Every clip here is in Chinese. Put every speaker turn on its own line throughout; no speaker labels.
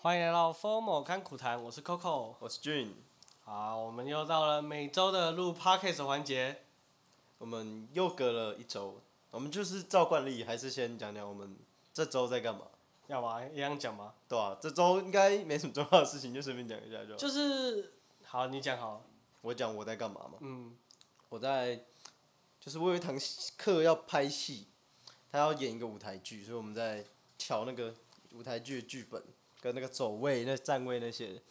欢迎来到 Formal 看苦谈，我是 Coco。
我是 June，
好，我们又到了每周的录 Podcast 环节。
我们又隔了一周，我们就是照惯例，还是先讲讲我们这周在干嘛，
要吗？一样讲吗？
对吧、这周应该没什么重要的事情，就随便讲一下就好。
就是，好，你讲好了。
我讲我在干嘛嘛，
嗯，
我在，就是我有一堂课要拍戏，他要演一个舞台剧，所以我们在瞧那个舞台剧的剧本跟那个走位、那站位那些的。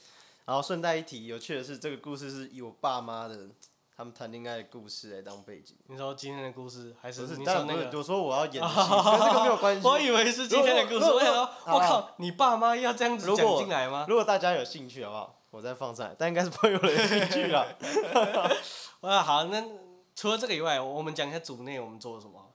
然后顺带一提，有趣的是，这个故事是以我爸妈的他们谈恋爱的故事来当背景。
你说今天的故事还是
不是，
你
当
说
然不
那
是，
个？
我说我要演的戏，跟这个没有关系。
我以为是今天的故事，
如果
我想说，
如
我
果
靠，你爸妈要这样子
如
讲
果
进来吗？
如果大家有兴趣，好不好？我再放上来，但应该是不会有人兴趣啦。
啊，好，那除了这个以外，我们讲一下组内我们做了什么好了，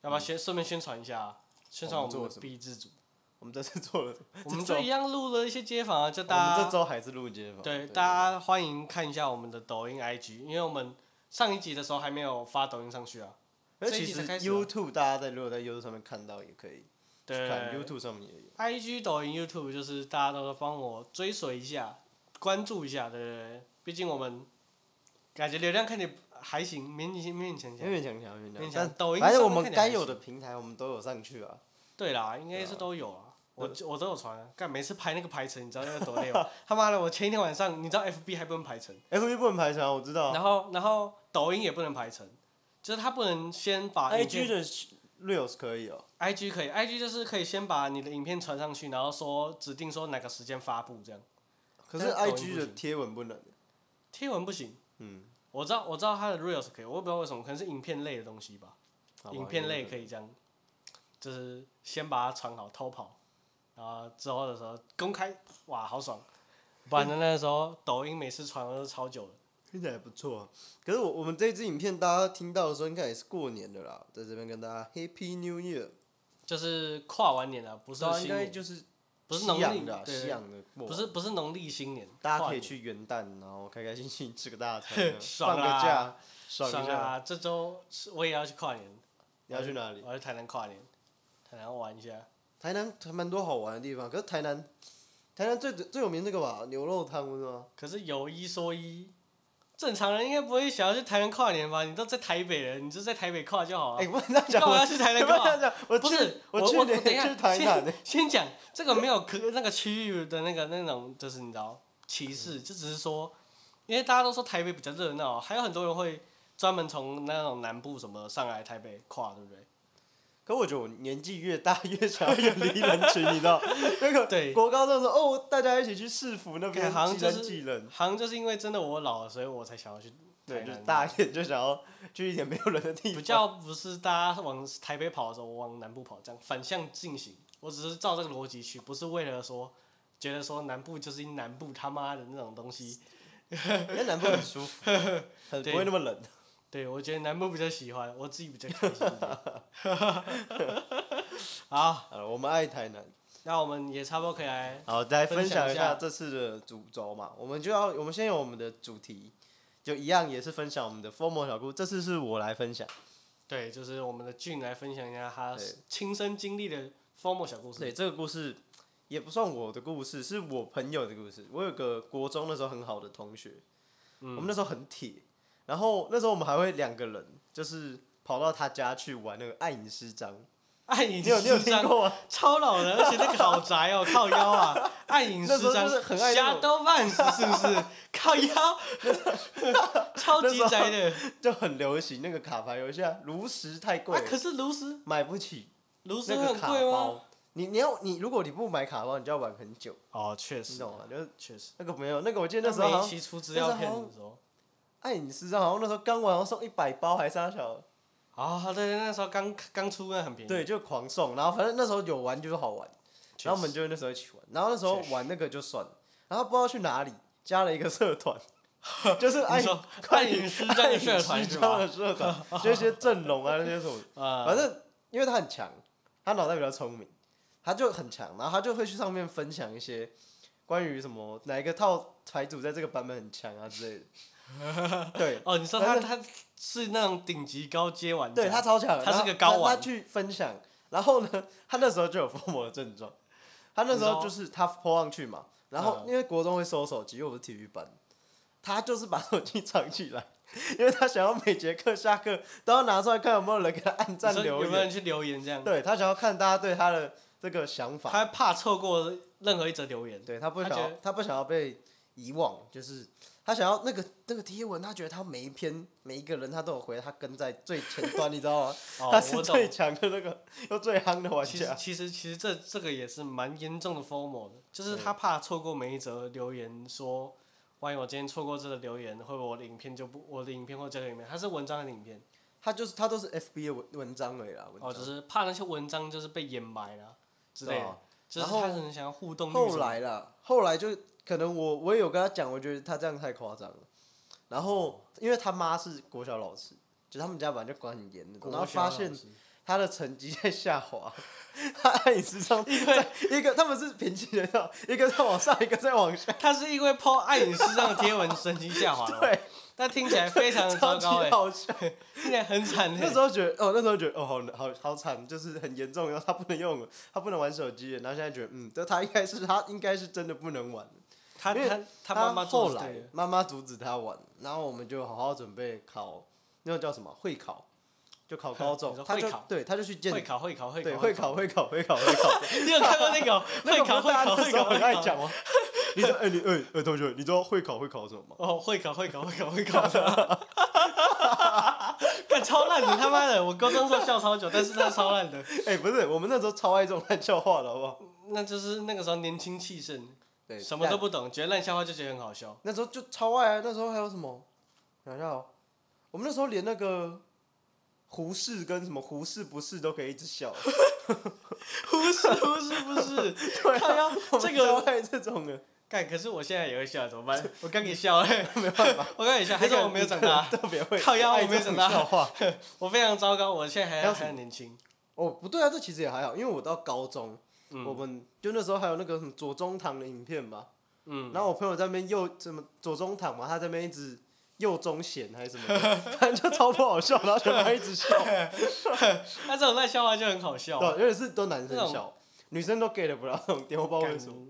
要不要先顺便宣传一下啊？宣传
嗯我
我
们做
们
了
的
什么
B 制组，
我们这次做了，
我们
这
就
周
一样录了一些街访啊，就
我们
大家
这周还是录街坊。
对，大家欢迎看一下我们的抖音 IG，因为我们上一集的时候还没有发抖音上去啊。
而
这一
其
集才
实
开始啊
YouTube 大家在如果在 YouTube 上面看到，也可以去
对
看 YouTube 上面也有。
IG、抖音、YouTube 就是大家都帮我追随一下，关注一下，对对对。毕竟我们感觉流量看起来还行，勉勉勉强强。
勉强勉强勉
勉强
强，嗯但
抖音
反正我
上面
们
看起来
该
还
有
行
的平台我们都有上去啊。
对啦，应该是都有啊。我我都有传啊，干每次排那个排程，你知道那个多累 吗？他妈的，我前一天晚上，你知道 FB 还不能排程，
FB 不能排查，我知道啊。
然后然后抖音也不能排程，就是他不能先把影片
IG 的 Reels 可以哦。
I G 可以，I G 就是可以先把你的影片传上去，然后说指定说哪个时间发布这样。
可是
但是抖音
IG
不
的
行
贴文不能，
贴文不行，
嗯，
我知道我知道它的 reels 可以，我也不知道为什么，可能是影片类的东西吧。
好吧
影片类可
以。
以这样，就是先把它传好，偷跑，然后之后的时候公开，哇，好爽。不然的那时候抖音每次传都是超久的。
听起来不错、啊。可是我我们这支影片大家听到的时候，应该也是过年的啦，在这边跟大家 Happy New Year，
就是跨完年了，不是
对啊应
新
该
年，
就是
不是
西
农历
洋的啊、
对
西洋的
不
过完，
是不是农历新年，
大家
跨
可以
年，
去元旦，然后开开心心吃个大 餐
爽
放个
啦
假，啊爽
爽
一下。
啊！这周是我也要去跨年，
你要去哪里？
我要去台南跨年，台南玩一下。
台南还蛮多好玩的地方，可是台南，台南最最有名那个吧，牛肉汤不是吗？
可是有一说一，正常人应该不会想要去台南跨年吧？你都在台北了，你就在台北跨就好了。
哎、不能这样
你干
讲，
嘛
我
要去台南
不能这
跨？
样讲， 我
不
去
是，我
我去
我
年
等一下
去台南的，
先先讲这个没有可那个区域的那个那种就是你知道歧
嗯
视，就只是说，因为大家都说台北比较热闹，还有很多人会专门从那种南部什么上来台北跨，对不对？
可我觉得我年纪越大，越想要远离人 群，你知道？那个
对
国高中的时候，哦，大家一起去市府那边
对好像
挤
就
人
是
挤人，
好像就是因为真的我老了，所以我才想要去台
对，就是
南。
大一点就想要去一点没有人的地
比
方。
较不是大家往台北跑的时候，我往南部跑，这样反向进行。我只是照这个逻辑去，不是为了说觉得说南部就是因南部他妈的那种东 西。
那南部很舒服， 很
对
不会那么冷。
对，我觉得南部比较喜欢，我自己比较开心一点。 好，
好了，呃我们爱台南。
那我们也差不多可以来。
好，来
哎
分享
分享一
一
下
下这次的主轴嘛。我们就要，我们先有我们的主题，就一样也是分享我们的 formal 小故。这次是我来分享，
对，就是我们的俊来分享一下他
对
亲身经历的 formal 小故事。
对，这个故事也不算我的故事，是我朋友的故事。我有个国中那时候很好的同学，
嗯
我们那时候很铁，然后那时候我们还会两个人就是跑到他家去玩那个暗影师章，
暗影
你有你有
师
听
章，
过吗？
超老人，而且那个好宅 哦，靠腰啊！暗影师
那时
张
候就是，很爱那
瞎
种
都半死是不 是？靠腰，超级宅的。
就很流行那个卡牌游戏啊，炉石太贵
啊
了，，
可是炉石，
买不起，
炉石
那个
很
卡
贵吗？
包。你你要你如果你不买卡包，你就要玩很久，
哦，确
你
实
懂吗？就是
确实。
那个没有，那个我记得那时候
每
好
一
像
期出资料片的时候，
爱你时尚，好像那时候刚玩，好像送一百包还是啥小，
啊，对对，那时候刚刚出那很便宜。
对，就狂送。然后反正那时候有玩就是好玩，
确实，
然后我们就那时候一起玩，然后那时候玩那个就算了，然后不知道去哪里加了一个 社团，就是啊爱
你说暗影师张的社团是吧？
的社团，就一些阵容啊那些什么，
啊，
反正因为他很强，他脑袋比较聪明，他就很强，然后他就会去上面分享一些关于什么哪一个套牌组在这个版本很强啊之类 的。对，
哦，你说他他是那种顶级高阶玩家，
对他超强的，
他是
然后
个高玩
他他去分享，然后呢，他那时候就有疯魔的症状，他那时
你知道
候就是他泼上去嘛，然后
嗯
因为国中会收手机，因为我是体育班，他就是把手机藏起来，因为他想要每节课下课都要拿出来看有没有人给他按赞
你说
留
有没有
言，
人去留言这样？
对他想要看大家对他的这个想法，
他怕错过任何一则留言。
对他不
他
想要
觉得
他不想要被遗忘，就是他想要那个那个贴文，他觉得他每一篇每一个人他都有回，他跟在最前端，你知道吗？
哦
他，是
我
最
懂。
强的那个又最夯的玩
其实
家，
其实其实这这个也是蛮严重的 FOMO 的，就是
对
他怕错过每一则留言说。万一我今天错过这个留言，会不会我的影片就不我的影片或这个影片，它是文章还是影片？
他就是他都是 FB 的文文章而已啊啦，文章
哦，就是怕那些文章就是被掩埋了之类
对
的
啊，
就是
然后
他很想要互动率什
后
么的。
来啦，后来就可能我我也有跟他讲，我觉得他这样太夸张了。然后因为他妈是国小老师，就他们家本来就管很严的，
国
然后
小
发
老
现
师
他的成绩在下滑，他在饮食上在一个他们是平行人道，一个在往上，一个在往下，
他是因为 PO 爱影视上的贴文神经下滑了，
对，
但听起来非常的
超
糟
级
糕哎、
好笑。
听起来很惨哎、
那时候觉得哦，那时候觉得哦，好好好惨，就是很严重，然后他不能用了，他不能玩手机了，然后现在觉得嗯，这他应该是他应该是真的不能玩了。
他
因为
他他妈妈做
后
的是
来
对的
妈妈阻止他玩，然后我们就好好准备考，那个叫什么会考，就考高
你
中
说，
他
会
就
考
对他就去见
会考会考会
对
考
会考会考会考会考，
你有看过那个
那
会
个
考
不
会
是大家
考
那
会
时候
考
很
会
爱
考？
讲吗？ 你说哎你哎哎同学，你知道会考会考什么吗？
哦，会考会考会考会考的， 干超烂的他妈的！我高中时候笑超久，但是他超烂的，
哎不是，我们那时候超爱这种烂笑话的好不好？
那就是那个时候年轻气盛，
对
什么都不懂，觉得烂笑话就觉得很好笑。
那时候就超爱啊！那时候还有什么？想一下哦，我们那时候连那个胡适跟什么胡适不是都可以一直笑，
不是不是不 是，
对
看呀，
我
这
们
个
超爱这种的，
干，可是我现在也会笑，怎么办？我刚也笑了，没办法，我刚也笑，还
那
是
个
我没有长大，
特别会
靠腰
爱
我没有
这种
长大
笑话。
我非常糟糕，我现在还
还
要
有什
还
么
很年轻。
哦，不对啊，这其实也还好，因为我到高中，我
嗯
们就那时候还有那个什么左中堂的影片嘛，
嗯，
然后我朋友在那边右什么左中堂嘛，他在那边一直右中贤还是什么 的，反正就超不好笑，然后全班一直笑，
那这种烂笑话就很好笑啊，
对，尤其是都男
那
生
种
笑，女生都 get 不到那种点，我不知道为什么。
干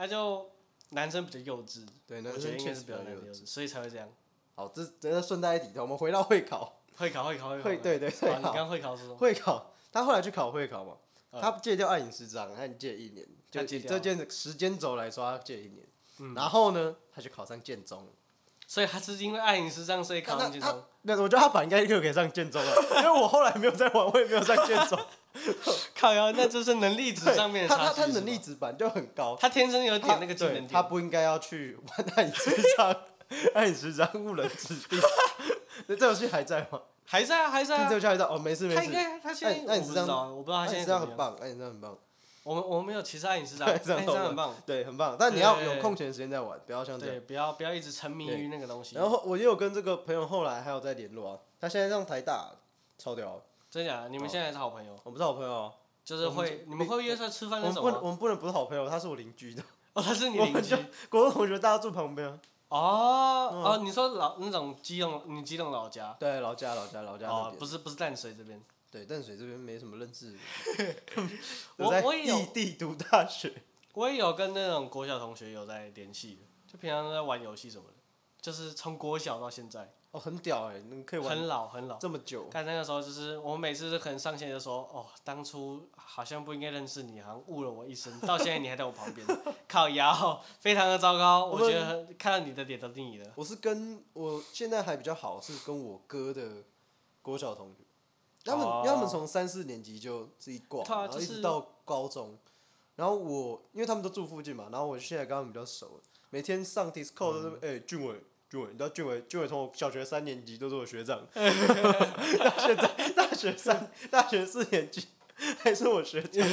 那就男生比较幼稚，
对，
我
男
觉
生
得应
确
该
实
是
比
比
较
较
幼
幼
稚。
稚，所以才会这样。
好，这这顺带一提，我们回到会考，
会考会考会考，
会对对对
啊你
好
刚会考是什么？
会考，他后来去考会考嘛，
嗯
他戒掉暗影师章，他戒一年，就
他戒
以
掉
这件时间轴来说，他戒一年。
嗯
然后呢，他去考上建中了，
所以他是因为爱影师这样，所以考上
那
建
他
中。
那我觉得他本来应该就可以上建中了，因为我后来没有在玩，我也没有上建中。
靠腰，那就是能力值
对
上面的
他
差
他
距。
他
是吧
能力值本来就很高，
他天生有
他
点那个技
对
能
他
点，
不应该要去玩暗影师章， 暗影师章误人子弟。 那这游戏还在吗？
还在啊还在
这
啊。
游戏还在哦，没事没
他
事
应。该他现
那
在
你
我不
是
知
这样
道啊，我不知道他
哎
现在
你
怎
这样
么
很
样。
棒，哎，你这样很棒，
我们我们没有歧视爱影 师长，
对
爱
这样
影师长很棒。
对，很棒。但你
对
要
对对
有空闲时间再玩，不要像这样。
对，不要不要一直沉迷
对
于那个东西。
然后我也有跟这个朋友后来还有在联络啊，他现在上台大，超屌的。
真假的？你们
哦
现在还是好朋友？
我们是好朋友啊，
就是
我们
会你们会约出来吃
我
饭那
们
种
不能
吗？
我们不能不是好朋友，他是我邻居的，
哦，他是你
我
邻
们
居
就国中同学，大家住旁边啊。嗯
哦哦，你说老那种基隆，你基隆老家
对，老家老家老家那
哦，
边。
不是不是淡水这边。
对，淡水这边没什么认 识的人。
我
在
我也有
异地读大学，
我也有跟那种国小同学有在联系的，就平常都在玩游戏什么的，就是从国小到现在，
哦，很屌哎，你可以玩
很老很老。
这么久。
看那个时候，就是我们每次可能上线就说，哦，当初好像不应该认识你，好像误了我一生，到现在你还在我 旁边，靠腰，非常的糟糕。
我
我
们
觉得看到你的脸都腻了。
我是跟我现在还比较好，是跟我哥的国小同学，他们、
哦
因为他们从三四年级就自己挂，
对啊
然后一
就
直
是
到高中，然后我因为他们都住附近嘛，然后我现在跟他们比较熟，每天上 Discord 都是哎、
嗯
俊伟。俊伟，你知道俊伟？俊伟从我小学三年级都是我 学长，大学在大学三、大学四年级还是我学长，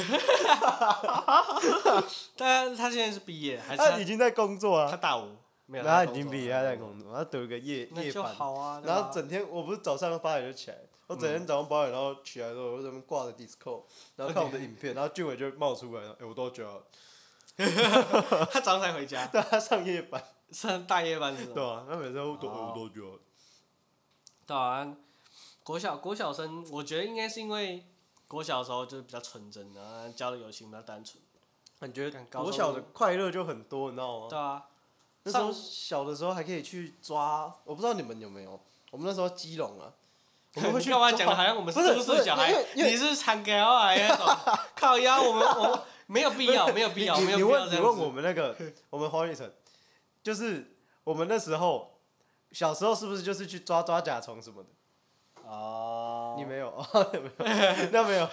但他现在是毕业还是
他
他
已经在工作
他
啊，
大五？没有，
他
在
已经
工作嗯
毕业，他在工作，他读个夜
那
夜
就
班，
好啊。对
然
吧
后整天我不是早上八点就起来，我整天早上八点然后起来的时候，我在那边挂着
嗯
disco，然后看我的影片，然后俊伟就冒出来了，哎、我到家了，
他早上才回家，
但他啊上夜班，
上大夜班这种
对。啊，他每次都都、
哦
我到家了，
对啊，国小国小生，啊我觉得应该是因为国小的时候就是比较纯真，然后交的友情比较单纯，
感觉
干高
国
中
小的快乐就很多，你知道吗？
对啊，
那时候
上
小的时候还可以去抓，我不知道你们有没有，我们那时候基 隆啊，我们会去
你干嘛
抓
讲的好像我们
不是
都市小孩
不是因为，因为
你是长给啊那种，靠腰，啊我们我们没有必要，没有必要，
你
没有
你
必要
问
这
你
样
问我
子。
们那个 我们黄雨辰，就是我们那时候小时候是不是就是去抓抓甲虫什么的？
哦
你没有，哦没有，那没有。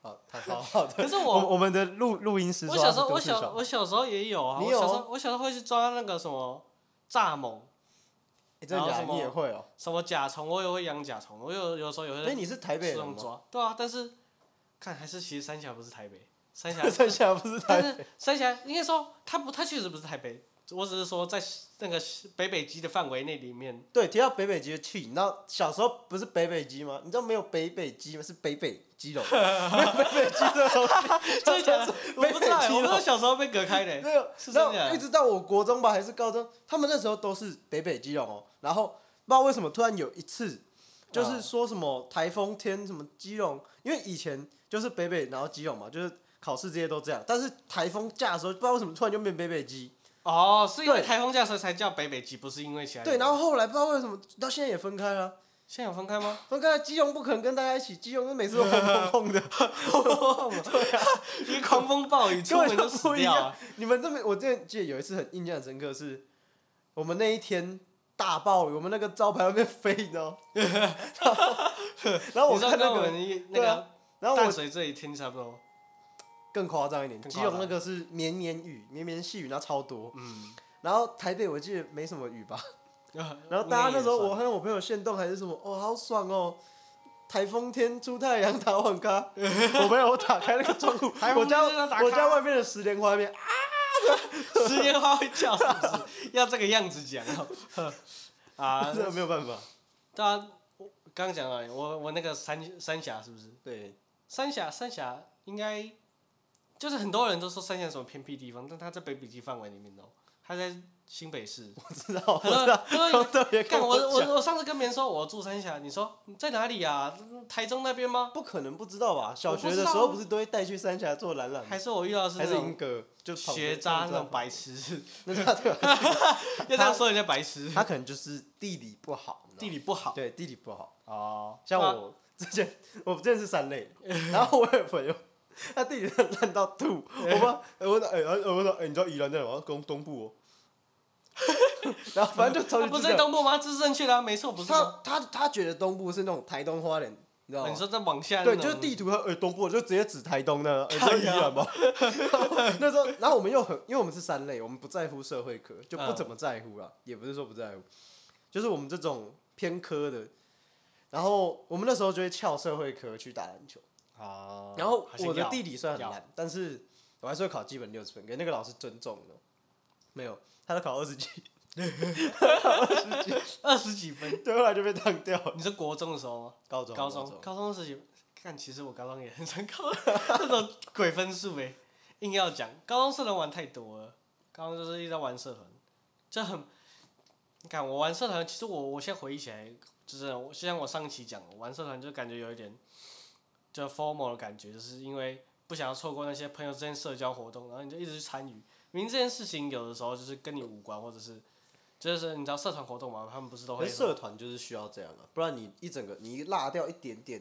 好，他好好的。
可是
我
我
我们的录录音师
我
说
小
他
时
是
候我
都市
小
小，
我小时候也有啊，
你
我
有
小时候我小时候会去抓那个什么蚱蜢，
诶真的假
然后
的？
什么
你也会哦？
什么甲虫，我也会养甲虫，我有有时候也会
所以你是台北
树
人
上
吗？
抓，对啊，但是看还是其实三峡不是台北，三 峡
剩下不是台
但
北，
是三峡应该说它不，它确实不是台北，我只是说在那个北北基的范围内里面，
对，提到北北基的气，你知道小时候不是北北基吗？你知道没有北北 基吗？是北北基隆，没有北北基这种，
真的假的？我不知道欸，
北北基
我不知道
隆
小时候被隔开的欸，
没有
是。真的假
然
的
后一直到我国中吧，还是高中，他们那时候都是北北基隆哦。然后不知道为什么突然有一次，
嗯
就是说什么台风天什么基隆，因为以前就是北北，然后基隆嘛，就是考试这些都这样。但是台风假的时候，不知道为什么突然就变北北基。
哦，是因为
对
台风假的时候才叫北北基，不是因为其他
对，
原因
然后后来不知道为什么到现在也分开了、啊
现在有分开 吗？
分开了基隆不可能跟大家一起，基隆就每次都轰轰轰的。
一狂风暴雨出
根
门
本就
就死
不一
掉
样
啊，
你们这边，我之前记得有一次很印象深刻是，我们那一天大暴雨，我们那个招牌外面飞，你知 道吗？然后然后
你
我
知道跟
看那
我
个，
们一那
对
个
啊然后
淡
我
水这里天气差不多，
更夸张一点，
更夸
基
张
隆那个是绵绵雨，绵绵细雨，然后超多。
嗯，
然后台北我记得没什么雨吧， 然
然
后大家 那时候我和我朋友炫动还是什么，哦，好爽哦！台风天出太阳打网 咖，我没有，我打开那个窗户
台，
我
风天
家
就要打
我
卡
家外面的石莲花那边，
石莲花会叫是不是？要这个样子讲哦， 啊，
真的没有 办法。
对啊，我刚刚讲了，我我那个三三峡是不是？
对，
三峡三峡应该就是很多人都说三峡什么偏僻地方，但它在北北基范围里面哦，它在新北市。
我知道，我
很
知
多
道
人。 很多人以为
都特别
干
跟
我
啊我讲，
我我上次跟别人说我住三峡，你说你在哪里啊？台中那边吗？
不可能不知道吧？小
我不
学
知
的时
道
候
啊
不是都会带去山峡做蓝蓝，
还是我遇到的是
还
那
是英
种
格就跑
学
步
渣
这
那
样
种白痴？
那他对吧？
要这样说人家白痴，
他可能就是地理不好，你知
地
道
理不
吗
好
对地理不好。
哦。
像
对啊
我之前，我之前是三类， 然后我有朋友，他地理烂到 吐，我妈，呃我说，哎，然后我说，哎，你知道宜兰在哪吗？东东部哦。 然后反正就超
他
级
不是
智
在
障
东部吗？这是正确的啊，没错，不是吗？
他他他觉得东部是那种台东花莲，你知道
啊
吗
你？说再往下那
对，
种，
就是地图和呃东部，就直接指台东那，呃，就宜 兰吧。那时候，然后我们又很，因为我们是三类，我们不在乎社会科，就不
嗯
怎么在乎啦，也不是说不在乎，就是我们这种偏科的。然后我们那时候就会翘社会科去打篮球，
啊
然后
好像
我的
要
地理虽然很
要
烂，但是我还是会考基本六十分，给那个老师尊重的。没有，他都考二十几，
二十几分，
对，后哦来就被当掉了。
你是国中的时候吗？
高中，
高中，高中的时期，看其实我高中也很常考 这种鬼分数哎，硬要讲，高中社团玩太多了，高中就是一直在玩社团，就很，你看我玩社团，其实我我现在回忆起来，就是我就像我上一期讲的，玩社团就感觉有一点，就 formal 的感觉，就是因为不想要错过那些朋友之间社交活动，然后你就一直去参与，明明这件事情有的时候就是跟你无关，或者是。就是你知道社团活动嘛，他们不是都
可
会
是社团就是需要这样啊，不然你一整个你一落掉一点点，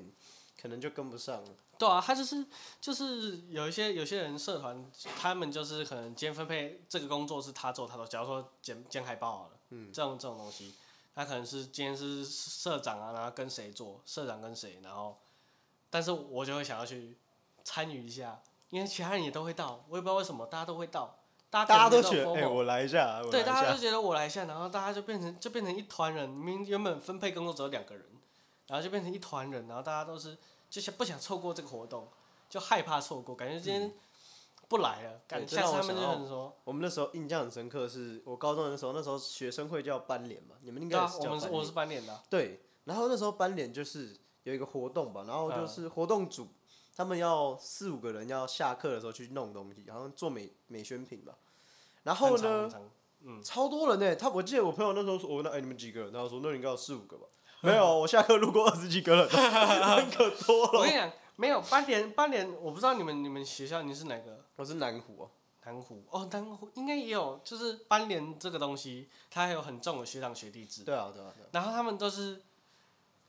可能就跟不上了。
对啊，他就是就是有一些有些人社团，他们就是可能今天分配这个工作是他做他做，假如说剪剪海报好了，嗯，这种这种东西，他可能是今天是社长啊，然后跟谁做，社长跟谁，然后，但是我就会想要去参与一下，因为其他人也都会到，我也不知道为什么大家都会到，大
大
家
家
可
都
能
觉
没
得，
有
哎、
FOMO
我来一下，我来
对，
一
大家
下。
都觉得我来一下，然后大家就变成就变成一团人，明明原本分配工作只有两个人，然后就变成一团人，然后大家都是就想不想错过这个活动，就害怕错过，感觉今天不来了，感
嗯对
觉下
这让
次
我
他们就
想到
很说，
我们那时候印象很深刻是，我高中的时候，那时候学生会叫班联嘛，你们应
对
该也
啊，
是
我
叫
们
班
是
联。
我是班脸的啊、
对，然后那时候班联就是有一个活动吧，然后
嗯
就是活动组、他们要四五个人要下课的时候去弄东西，好像做美美宣品吧。然后
很长嗯
呢，
很长
超多人呢、他我记得我朋友那时候说，我问他哎、你们几个人？然后说那应该有四五个吧。没有，我下课路过二十几个人，人可多
我
了。
跟你讲，没有斑点斑点，我不知道你们你们学校你是哪个
我是南湖哦、
南湖哦，南湖应该也有，就是斑点这个东西，它还有很重的学长学弟制，
对啊，对啊，对啊
然后他们都是。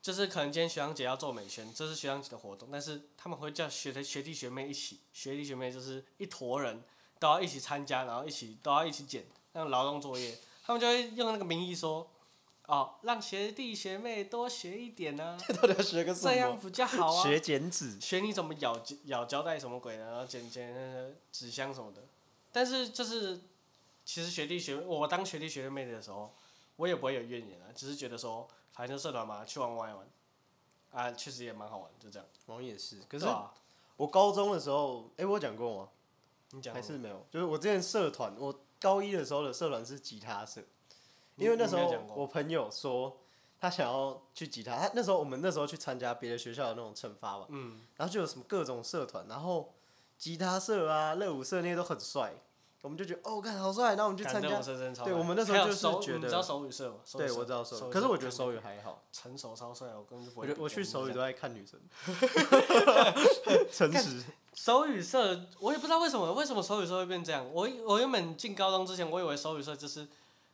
就是可能今天学长姐要做美宣，这是学长姐的活动，但是他们会叫学弟学弟学妹一起，学弟学妹就是一坨人都要一起参加，然后一起都要一起剪那种劳动作业，他们就会用那个名义说，哦，让学弟学妹多学一点啊，
到底要学个什
这样
么？
比较好啊。
学剪纸，
学你怎么咬胶咬胶带什么鬼的，然后剪剪那个纸箱什么的。但是就是，其实学弟学我当学弟学妹的时候，我也不会有怨言啊，只是觉得说，反正就社团嘛，去玩玩一玩，啊，确实也蛮好玩，就这样。
好像也是，可是
对啊，
我高中的时候，哎、我有讲过吗？
你讲
还是没有？就是我之前社团，我高一的时候的社团是吉他社，因为那时
你
候
没有讲过
我朋友说他想要去吉他，他那时候我们那时候去参加别的学校的那种惩罚嘛，
嗯，
然后就有什么各种社团，然后吉他社啊、热舞社那些都很帅，我们就觉得哦，看好帅，然后我们去参
感动
加
我。深深超
对
爱
我们那时候
还有
就是
手
觉
你
得
知道手语社吗？手语
对，
社
我知道手
手
语，
语
可是
社
我觉得手
看
语还好，
成手超帅，我根本就不会
我觉
理
得
你。
我去手语
跟
都
你
在看 女生，
诚实。
讲手语社，我也不知道为什么，为什么手语社会变这样。我以我原本进高中之前，我以为手语社就是，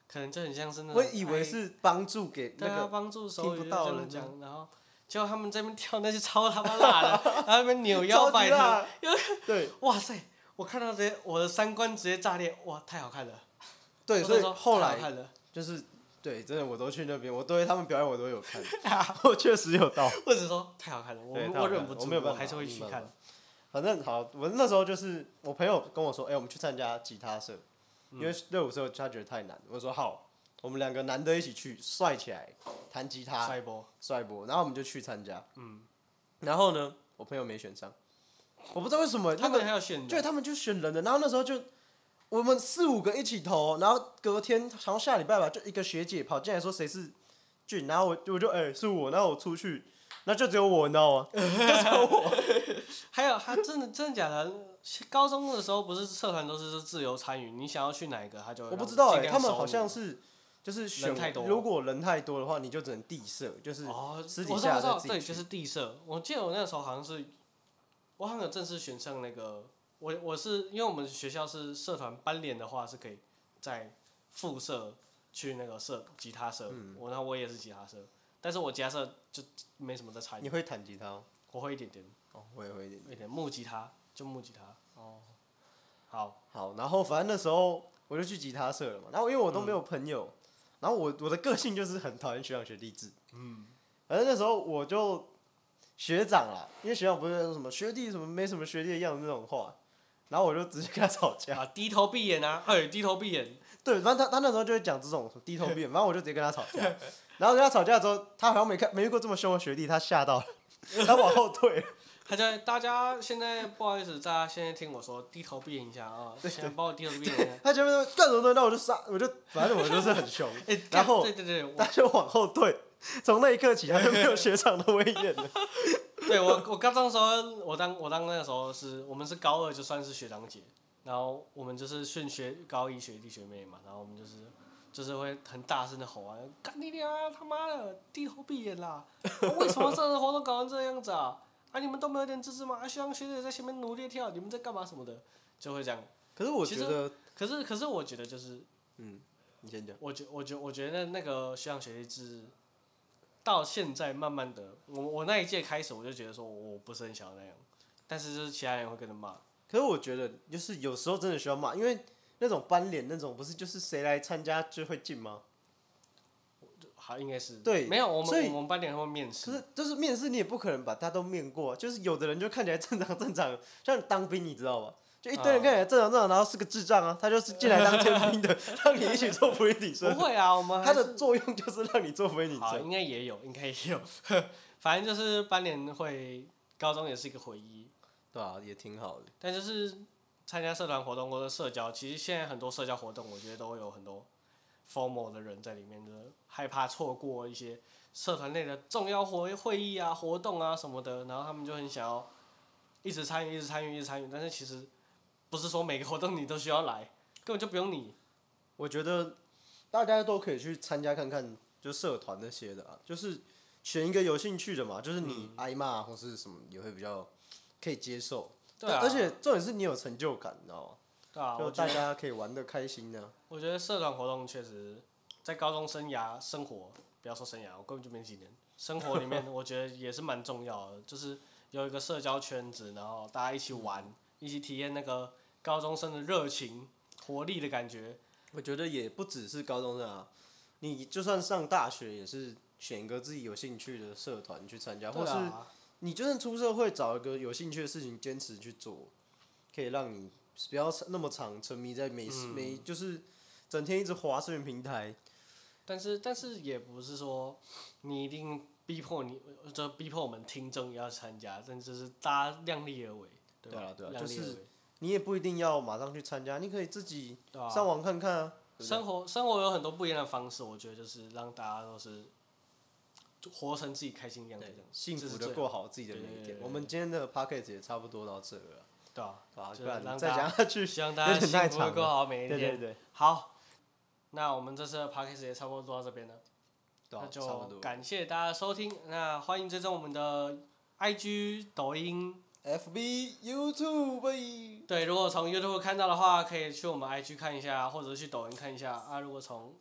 可能就很像是那种
我以为
爱
是帮助给
对
那
啊，
个，
帮助手
听
语
不
就
到
这么
人
讲，然后结果他们在那边跳那些超他妈辣的，然后那边扭腰摆
超
臀，
级辣对
哇塞！我看到这些，我的三观直接炸裂，哇，太好看了！
对，
我
所以
那时候太
后
好
来
看 了，
就是对，真的我都去那边，我对他们表演我都有看。
我确实有到，
我只说太好看了，我
对太好
我
看
忍
了
不
我
住，
没有办
我
法
还是
我
会
没有
去
办
看。
反正好，我那时候就是我朋友跟我说，哎、我们去参加吉他社，因为热舞社他觉得太难，我说好，我们两个男的一起去，帅起来，弹吉他，
帅波，
帅不？然后我们就去参加，
嗯，
然后呢，我朋友没选上，我不知道为什么，
他
他
们
们
还要选
对
人，
他们就选人的，然后那时候就我们四五个一起投，然后隔天好像下礼拜吧，就一个学姐跑进来说谁是俊，然后我我就哎、是我，然后我出去，那就只有我，你知道吗？
还有他真的真的假的？高中的时候不是社团都是自由参与，你想要去哪一个他就会
我不
让
知道
尽
哎、
量
他们
收
好
你
像是就是选
太多
如果人太多的话，你就只能地设，就是
哦，
私底
我知道
下
我知道
再自己
对，
去
就是地社。我记得我那时候好像是，我好像有正式选上那个，我我是因为我们学校是社团班联的话是可以在副社去那个社吉他社，
嗯
我那我也是吉他社，但是我吉他社就没什么在参与，
你会弹吉他吗？
我会一点点，
哦，我也会一点。
一点木吉他就木吉他。
哦，
好，
好，然后反正那时候我就去吉他社了嘛，然后因为我都没有朋友，然后我我的个性就是很讨厌学长学弟制，
嗯，
反正那时候我就学长啦，因为学长不是说什么学弟什么没什么学弟的样子那种话，然后我就直接跟他吵架。
啊，低头闭眼啊，哎，低头闭眼，
对，反正他他那时候就会讲这种低头变，反正我就直接跟他吵架，然后跟他吵架之后，他好像没看没遇过这么凶的学弟，他吓到了， 他往后退了。
他在大家现在不好意思，大家现在听我说，低头闭眼一下啊，现在帮我低头闭眼一下。
他前面说干什么东西，那我就杀，我就反正我就是很凶，
哎、
然后
对对对，我
他就往后退。 从那一刻起，他就没有学长的威严了。
对我，我高中的时候，我当我当那个时候是我们是高二就算是学长姐，然后我们就是训学高一学弟学妹嘛，然后我们就是就是会很大声的吼啊，干你娘他妈的，低头闭眼啦！啊为什么这个活动搞成这样子啊？啊你们都没有点自制吗？啊学长学姐在前面努力地跳，你们在干嘛什么的，就会这样。
可是我
其
觉
实
得，
可是可是我觉得就是，
你先讲，
我觉我觉我觉得那个学长学弟制。到现在慢慢的，我我那一届开始我就觉得说我不是很想要那样，但是就是其他人会跟着骂，
可是我觉得就是有时候真的需要骂，因为那种班脸那种不是就是谁来参加就会进吗？
好，应该是
对
没有我
所以
们我们班点会面试，
可是就是面试，你也不可能把他都面过啊、就是有的人就看起来正常正常，像你当兵你知道吗？就一堆人看起来正常正常，然后是个智障啊，他就是进来当天兵的， 让你一起做伏地挺身
不，会啊，我们还
他
是
的作用就是让你做伏地挺
好
身。
应该也有，应该也有， 反正就是班联会，高中也是一个回忆，
对啊，也挺好的。
但就是参加社团活动或者社交，其实现在很多社交活动，我觉得都会有很多 formal 的人在里面，就是害怕错过一些社团内的重要会会议啊、活动啊什么的，然后他们就很想要一直参与、一直参与、一直参与，但是其实不是说每个活动你都需要来，根本就不用你。
我觉得大家都可以去参加看看，就社团嗯那些的啊，就是选一个有兴趣的嘛，就是你挨骂或是什么也会比较可以接受，
对啊，
而且重点是你有成就感，你知道吗？
对啊，
就
我
大
觉得
家可以玩的开心啊呢、
我觉得社团活动确实在高中生涯生活，不要说生涯，我根本就没几年，生活里面 我觉得也是蛮重要的，就是有一个社交圈子，然后大家一起玩，
嗯
一起体验那个高中生的热情、活力的感觉。
我觉得也不只是高中生啊，你就算上大学也是选一个自己有兴趣的社团去参加，
对
或是
啊，
你就算出社会找一个有兴趣的事情坚持去做，可以让你不要那么长沉迷在每、
嗯
每就是整天一直滑社群平台，
但是但是也不是说你一定逼迫你，就逼迫我们听众也要参加，但就是大家量力而为，对吧？
对啊对啊
量力
就是
而为
你也不一定要马上去参加，你可以自己
对啊
上网看看啊。
生活生活有很多不一样的方式，我觉得就是让大家都是就活成自己开心的样子，这样
幸
这是
福
最
的过好自己的每
对
一
对
天。
对
我们今天的 p o c k e t 也差不多到这了，
对啊，
啊，
就是
不然
让
再
大家
讲下去，
希望大家
有点太
幸福地
长
过
了
好 每一
对对
天。
对，
好，那我们这次的 p a c k a g e 也差不多做到这边了，
对啊
那
差不多
就。感谢大家的收听，那欢迎追踪我们的 IG、抖音。
FB、YouTube，
对，如果从 YouTube 看到的话，可以去我们 IG 看一下，或者是去抖音看一下啊。如果从，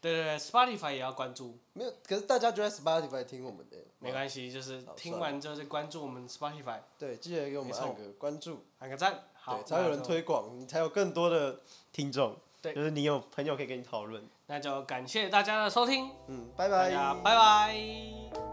对对对，Spotify 也要关注，
没有，可是大家就在 Spotify 听我们的，
没关系，就是
好
听
算了
完之后再关注我们 Spotify，
哎对，记得给我们
没错
按个关注，
按个赞，好，
对，才有
那
人
就。
推广，你才有更多的听众，
对
就是你有朋友可以跟你讨论，
那就感谢大家的收听，
嗯，拜
大
拜，
家拜拜